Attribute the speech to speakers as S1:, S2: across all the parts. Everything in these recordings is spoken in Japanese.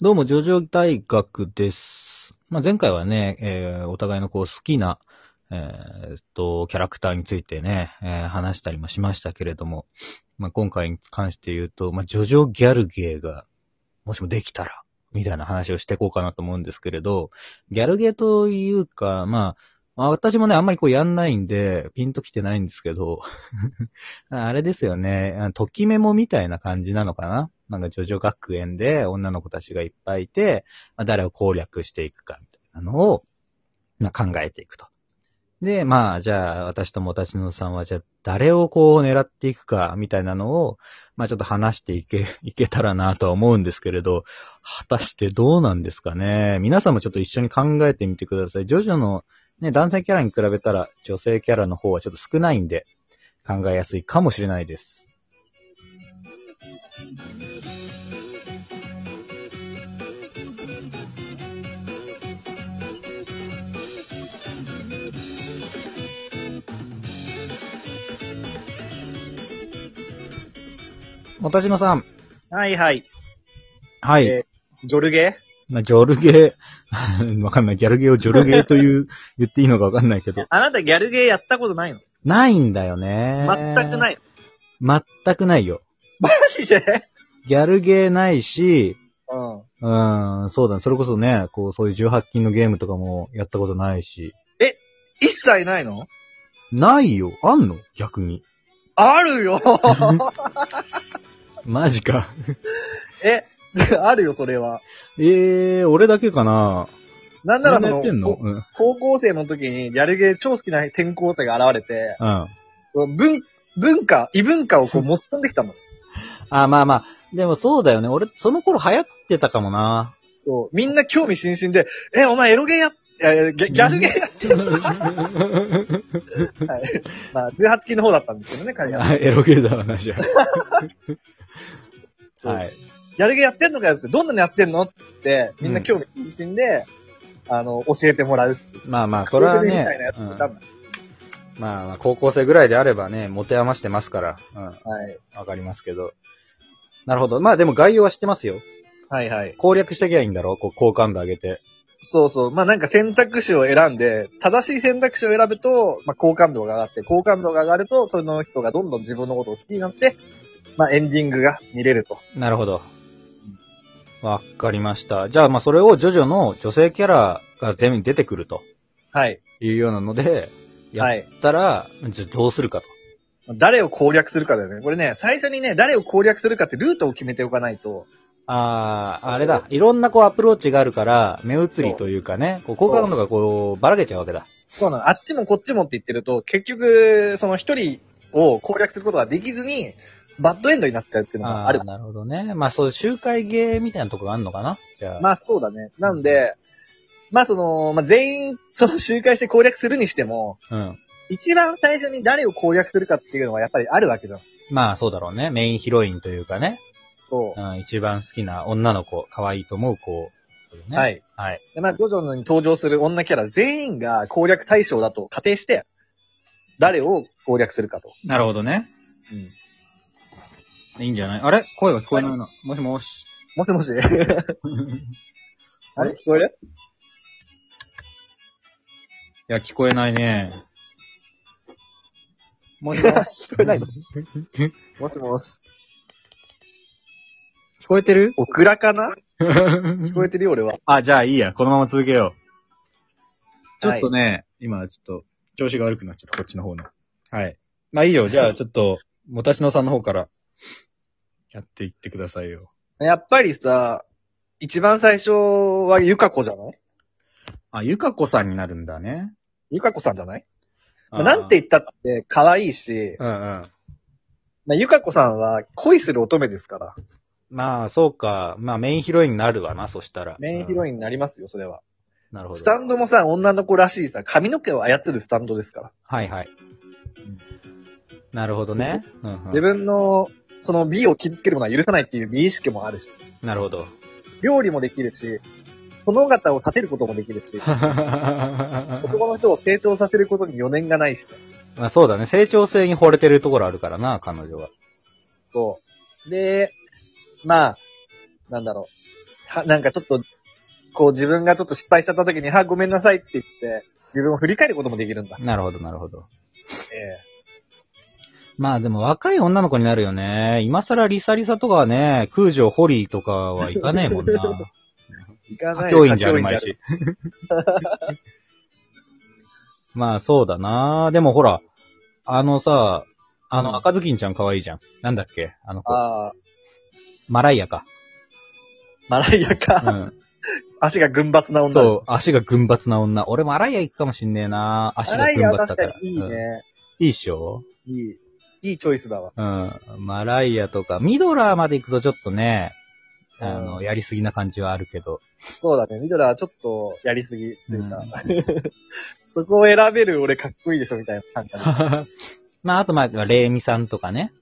S1: どうも、ジョジョ大学です。まあ、前回はね、えーお互いのこう好きな、えーっと、キャラクターについてね、えー話したりもしましたけれども、まあ、今回に関して言うと、まあ、ジョジョギャルゲーが、もしもできたら、みたいな話をしていこうかなと思うんですけれど、ギャルゲーというか、まあ、まあ私もね、あんまりこうやんないんで、ピンときてないんですけど、あれですよね。あときメモみたいな感じなのかななんか、ジョジョ学園で女の子たちがいっぱいいて、まあ誰を攻略していくかみたいなのを、まあ、考えていくと。で、まあ、じゃあ、私ともたちのさんは、じゃあ、誰をこう狙っていくか、みたいなのを、まあ、ちょっと話していけ、 いけたらなとは思うんですけれど、果たしてどうなんですかね。皆さんもちょっと一緒に考えてみてください。ジョジョの、ね、男性キャラに比べたら、女性キャラの方はちょっと少ないんで、考えやすいかもしれないです。もたちのさん。
S2: はいはい。
S1: はい。
S2: えジョルゲ
S1: まあ、ジョルゲー、 わかんない。ギャルゲーをジョルゲーと いう、言っていいのかわかんないけど。
S2: あなたギャルゲーやったことないの
S1: ないんだよね。。
S2: 全くないい。
S1: 全くないよ。
S2: マジで
S1: ギャルゲーないし、
S2: うん。
S1: うん、そうだね。それこそね、こう、そういう18禁のゲームとかもやったことないし。
S2: 一切ないの
S1: ないよ。あんの逆に。
S2: あるよ
S1: マジか。
S2: え、 あるよそれは。
S1: ええー、俺だけかな。
S2: なんならそ
S1: みんやってん
S2: の、
S1: の
S2: こ
S1: うん。うん。
S2: 高校生の時にギャルゲー超好きな転校生が現れて、文、文化、異文化をこう持っ込んできたの。
S1: あ、まあまあ。でもそうだよね。俺、その頃流行ってたかもな。
S2: そう。みんな興味津々で、え、お前エロゲーや、えギャギャルゲーや、はい、まあ、18禁の方だったんですけどね、彼は。
S1: あエロゲーだわな、じゃあ。はい。
S2: ギャルゲーやってんのかよって、どんなのやってんのって、みんな興味津々で、あの、教えてもらうっていう。
S1: まあまあ、それは
S2: みた
S1: ね
S2: いなや、つ
S1: う
S2: も
S1: ん
S2: いたんだ。
S1: まあまあ、高校生ぐらいであればね、持て余してますから、うん、
S2: はい。
S1: わかりますけど。なるほど。まあでも概要は知ってますよ。
S2: はいはい。
S1: 攻略してきゃいいんだろこう、好感度上げて。
S2: そうそう。まあなんか選択肢を選んで、正しい選択肢を選ぶと、まあ好感度が上がって、好感度が上がると、その人がどんどん自分のことを好きになって、まあエンディングが見れると。
S1: なるほど。わかりました。じゃあまあそれをジョジョの女性キャラが全部に出てくると
S2: はい。
S1: いうようなので、や
S2: は
S1: っ
S2: い。
S1: たら、じゃあどうするかと。
S2: 誰を攻略するかだよね。これね、最初にね、誰を攻略するかってルートを決めておかないと、
S1: ああ、あれだ。いろんなこうアプローチがあるから、目移りというかね、こう好感度がこう、ばらけちゃうわけだ。
S2: そうなの。あっちもこっちもって言ってると、結局、その一人を攻略することができずに、バッドエンドになっちゃうっていうの
S1: あ
S2: があ
S1: あ
S2: る
S1: ー、。なるほどね。まあそう、集会芸みたいなとこがあるのかなじゃあ。
S2: まあそうだね。なんで、まあその、まあ全員、 その周回して攻略するにしても、
S1: うん。
S2: 一番最初に誰を攻略するかっていうのはやっぱりあるわけじゃん。
S1: まあそうだろうね。メインヒロインというかね。
S2: そうう。
S1: ん、一番好きな女の子、可愛いと思う子、ね。
S2: は。い。
S1: はい。
S2: でまあ、ジョジョに登場する女キャラ全員が攻略対象だと仮定して、誰を攻略するかと。
S1: なるほどね。
S2: うん。
S1: いいんじゃないあれ声が聞こえないな。もしも し。
S2: もしもし。あれ 聞こえる
S1: いや、聞こえないね。もしもし。 聞
S2: こえないのもしもし。
S1: 聞こえてる
S2: オクラかな
S1: 聞
S2: 聞こえてるよ、俺は。
S1: あ、じゃあいいや。このまま続けよう。ちょ
S2: は
S1: っ
S2: い
S1: とね、今ちょっと調子が悪くなっちゃった、こっちの方の。はい。まあいいよ。じゃあちょっと、もたしのさんの方からやっていってくださいよ。
S2: やっぱりさ、一番最初はゆかこじゃない
S1: あ、ゆかこさんになるんだね。
S2: ゆかこさんじゃないまあなんて言ったって可愛いし、
S1: うんうん。
S2: まあ、ゆかこさんは恋する乙女ですから、
S1: まあそうか。まあメインヒロインになるわな、そしたら。
S2: メインヒロ
S1: イン。
S2: インになりますよ、それは。
S1: なるほど。
S2: スタンドもさ、女の子らしいさ、髪の毛を操るスタンドですから。
S1: はいはい。
S2: ん
S1: なるほどね。うんうん
S2: 自分の、その美を傷つけるものは許さないっていう美意識もあるし、
S1: なるほど。
S2: 料理もできるし、殿方を立てることもできるし、男の人を成長させることに余念がないし、
S1: まあそうだね。成長性に惚れてるところあるからな、彼女は。
S2: そう。で、まあ、なんだろう。はなんかちょっと、こう自分がちょっと失敗しちゃった時に、はごめんなさいって言って、自分を振り返ることもできるんだ。
S1: なるほど、なるほど。
S2: え
S1: まあでも若い女の子になるよね。今更リサリサとかはね、空城ホリーとかはいかねえもんな。
S2: えいかな
S1: 歌
S2: い。
S1: 教員じゃある
S2: 歌
S1: ま
S2: 教
S1: いし。 まあそうだなでもほら、あのさ、あ
S2: うん
S1: の赤ずきんちゃん可愛いじゃん。なんだっけあの子。
S2: ああ、
S1: マライアか。
S2: マライア
S1: う
S2: か。
S1: ん。
S2: 足が群抜な女
S1: そう、足が群抜な女。俺マライア行くかもしんねえな足
S2: マ
S1: が
S2: ライ
S1: 群
S2: ア
S1: 抜
S2: は
S1: だ
S2: 確
S1: か。
S2: からにいい
S1: うん
S2: ね。
S1: いいっしょ
S2: いい。いいチョイスだわ。
S1: うん。マライアとか、ミドラーまで行くとちょっとね、あ
S2: う
S1: の、
S2: ん
S1: やりすぎな感じはあるけど。
S2: そうだね。ミドラはちょっとやりすぎというか、
S1: うん
S2: そこを選べる俺かっこいいでしょみたいな感じだね。
S1: まあ、あとまあ、レイミさんとかね。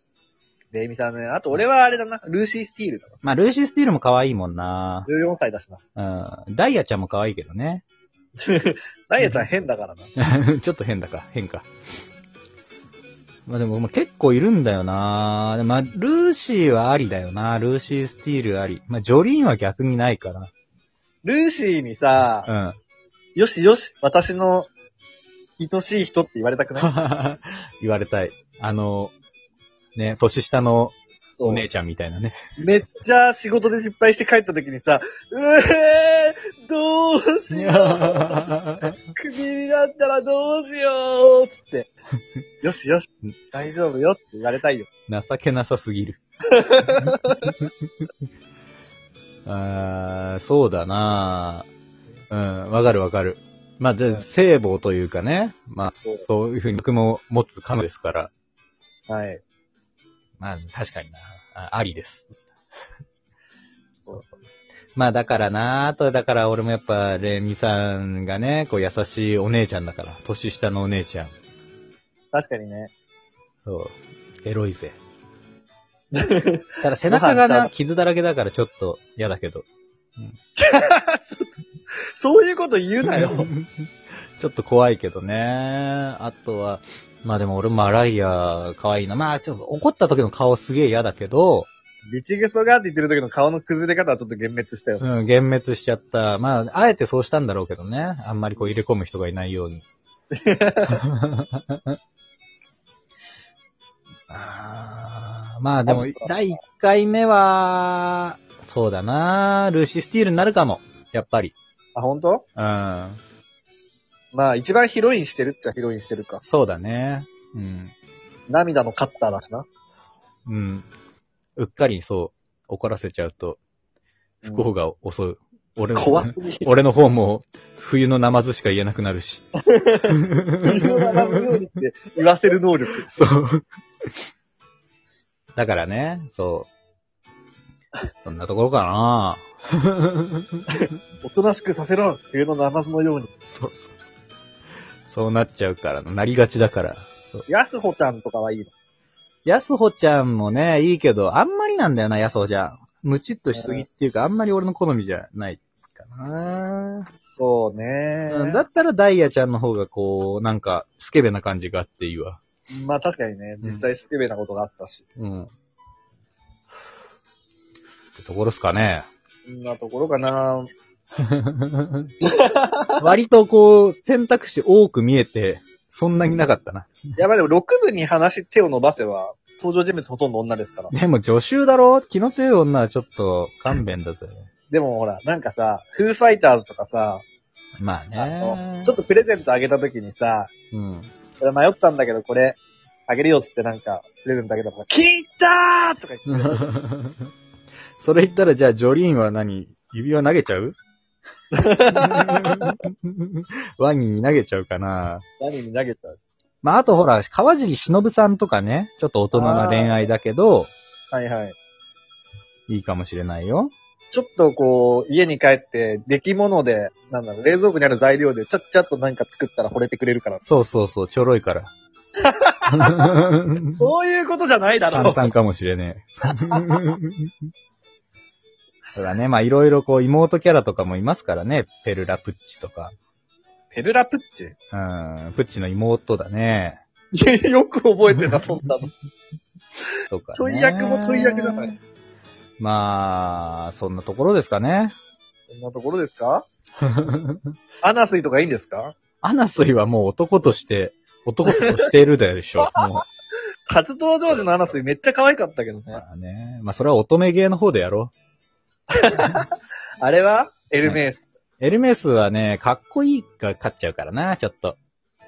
S2: レイミさんね。あと俺はあれだな。ルーシー・スティールだな。
S1: まあ、ルーシー・スティールも可愛いもんな
S2: 14歳だしな。
S1: うん。ダイヤちゃんも可愛いけどね。
S2: ダイヤちゃん変だからな。
S1: ちょっと変だか、変か。まあでも、まあ、結構いるんだよなでまあ、ルーシーはありだよなルーシー・スティールあり。まあ、ジョリーンは逆にないから。
S2: ルーシーにさ、
S1: うん。
S2: よしよし、私の愛しい人って言われたくない
S1: 言われたい。あの、ね、年下の
S2: そ
S1: お
S2: う。
S1: 姉ちゃんみたいなね。
S2: めっちゃ仕事で失敗して帰った時にさ、うえーどうしようクビになったらどうしようつ って。よしよし
S1: うん、
S2: 大丈夫よって言われたいよ。
S1: 情けなさすぎる。 あーそうだなうん、わかるわかる。まあ、
S2: う
S1: で、
S2: ん
S1: 聖母というかね。まあ、
S2: そう
S1: そういうふうに僕も持つ彼女ですから。
S2: はい。
S1: まあ、確かになあありです。
S2: そう
S1: まあ、だからなあと、だから俺もやっぱ、レミさんがね、こう優しいお姉ちゃんだから。年下のお姉ちゃん。
S2: 確かにね。
S1: そう。エロい ぜ。ただ背中が
S2: ご飯ちゃ
S1: な、
S2: ん
S1: 傷だらけだからちょっと嫌だけど。
S2: そそういうこと言うなよ。
S1: ちょっと怖いけどね。あとは、まあでも俺マライア可愛いな。まあちょっと怒った時の顔すげえ嫌だけど、
S2: ビチゲソがって言ってる時の顔の崩れ方はちょっと幻滅したよ。
S1: うん、幻滅しちゃった。まあ、あえてそうしたんだろうけどね。あんまりこう入れ込む人がいないよう に。あーまあでも、第1回目は、そうだなルーシースティールになるかも。やっぱり。
S2: あ、本当？
S1: うん。
S2: まあ一番ヒロインしてるっちゃヒロインしてるか。
S1: そうだね。うん。
S2: 涙のカッターだしな。
S1: うん。うっかりそう、怒らせちゃうと、不幸が襲う。俺の
S2: 怖すぎる。
S1: 俺の方も、冬のナマズしか言えなくなる し。
S2: 自分はラブ料理って言わせる能力。
S1: そう。だからね、そう。そんなところかな
S2: おとなしくさせろ冬のナマズのように。
S1: そうそうそう。そうなっちゃうからな、なりがちだから。そう。
S2: やすほちゃんとかはいいの。
S1: やすほちゃんもね、いいけど、あんまりなんだよな、やすほちゃん。むちっとしすぎっていうか、あんまり俺の好みじゃないかな、
S2: そうね、
S1: うんだったらダイヤちゃんの方がこう、なんか、スケベな感じがあっていいわ。
S2: まあ確かにね、実際スケベなことがあったし。
S1: うん。ってところっすかね。
S2: そんなところかな。
S1: 割とこう、選択肢多く見えて、そんなになかったな。
S2: いやまあでも6部に話、手を伸ばせば、登場人物ほとんど女ですから。
S1: でも女囚だろ気の強い女はちょっと勘弁だぜ。
S2: でもほら、なんかさ、フーファイターズとかさ、
S1: まあ
S2: あ
S1: ね
S2: の、。ちょっとプレゼントあげた時にさ、
S1: うん。
S2: これ迷ったんだけど、これ、あげるよっつってなんか、プレゼントあげたから、聞いたーとか言って、
S1: それ言ったらじゃあジョリーンは何指輪投げちゃ うワニに投げちゃうかな。
S2: 何に投げた
S1: まあ、あとほら、川尻忍さんとかね、ちょっと大人な恋愛だけど、
S2: はいはい。
S1: いいかもしれないよ。
S2: ちょっとこう、家に帰って、出来物で、なんだろう、冷蔵庫にある材料で、ちゃっちゃっとなんか作ったら惚れてくれるから。
S1: そうそうそう、ちょろい から。簡
S2: そういうことじゃないだろう。
S1: 単かもしれねえ。 そうだね、まあいろいろこう妹キャラとかもいますからね、ペルラプッチとか。
S2: ペルラプッチ
S1: うん、プッチの妹だね。
S2: よく覚えてた、そんなの。
S1: とか、ね。
S2: ちょい役もちょい役じゃない。
S1: まあ、そんなところですかね。
S2: そんなところですかアナスイとかいいんですか
S1: アナスイはもう男として、男としているでし ょ。もう
S2: 初登場時のアナスイめっちゃ可愛かったけどね。
S1: まあね。まあそれは乙女芸の方でやろ
S2: あれはエルメース。
S1: う。エルメスはね、かっこいいが勝っちゃうからな、ちょっと。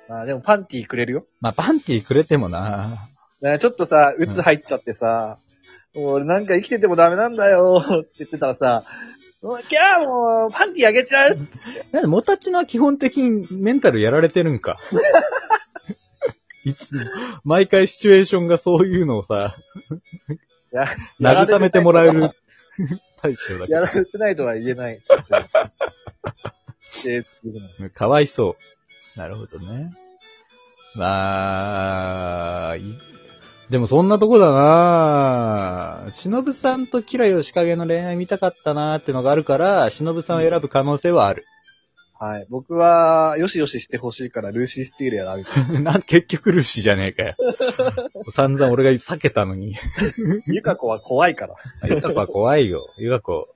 S2: まあでもパンティーくれるよ。
S1: まあパンティくれてもな。
S2: だからちょっとさ、鬱入っちゃってさ、もう俺なんか生きててもダメなんだよって言ってたらさ、もうキャーもうパンティーあげちゃう
S1: なんで、モタチのは基本的にメンタルやられてるんか。 いつも、毎回シチュエーションがそういうのをさ、
S2: や
S1: 慰めてもらえる対象だか
S2: や
S1: ら
S2: られてないとは言え ない。で
S1: かわいそう。なるほどね。まあ、いでもそんなとこだなしのぶさんとキラヨシカゲの恋愛見たかったなってのがあるから、しのぶさんを選ぶ可能性はある。
S2: はい。僕は、よしよししてほしいから、ルーシー・スティールやら、みたいな。
S1: なん、結局ルーシーじゃねえか よ。散々俺が避けたのに。
S2: ゆか子は怖いから。
S1: ゆかこは怖いよ。ゆかこ。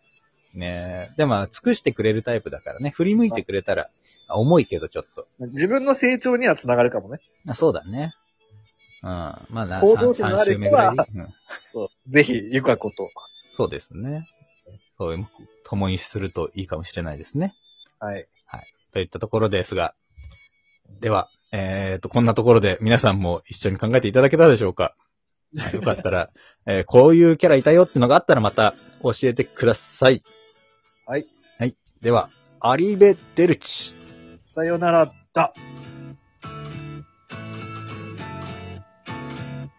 S1: ねえ。でもまあ、尽くしてくれるタイプだからね。振り向いてくれたら、あ重いけどちょっと。
S2: 自分の成長には繋がるかもね。
S1: あそうだね。うん。まあな、
S2: 向上心のある
S1: 三三周目
S2: 人は
S1: ぐらいうん
S2: そうぜひ、ゆか子と。
S1: そうですね。そういう、共にするといいかもしれないですね。
S2: はい。
S1: といったところですが。では、えっ、と、こんなところで皆さんも一緒に考えていただけたでしょう か。よかったら、えーこういうキャラいたよってのがあったらまた教えてください。
S2: はい。
S1: はい。では、アリベデルチ。
S2: さよならだ。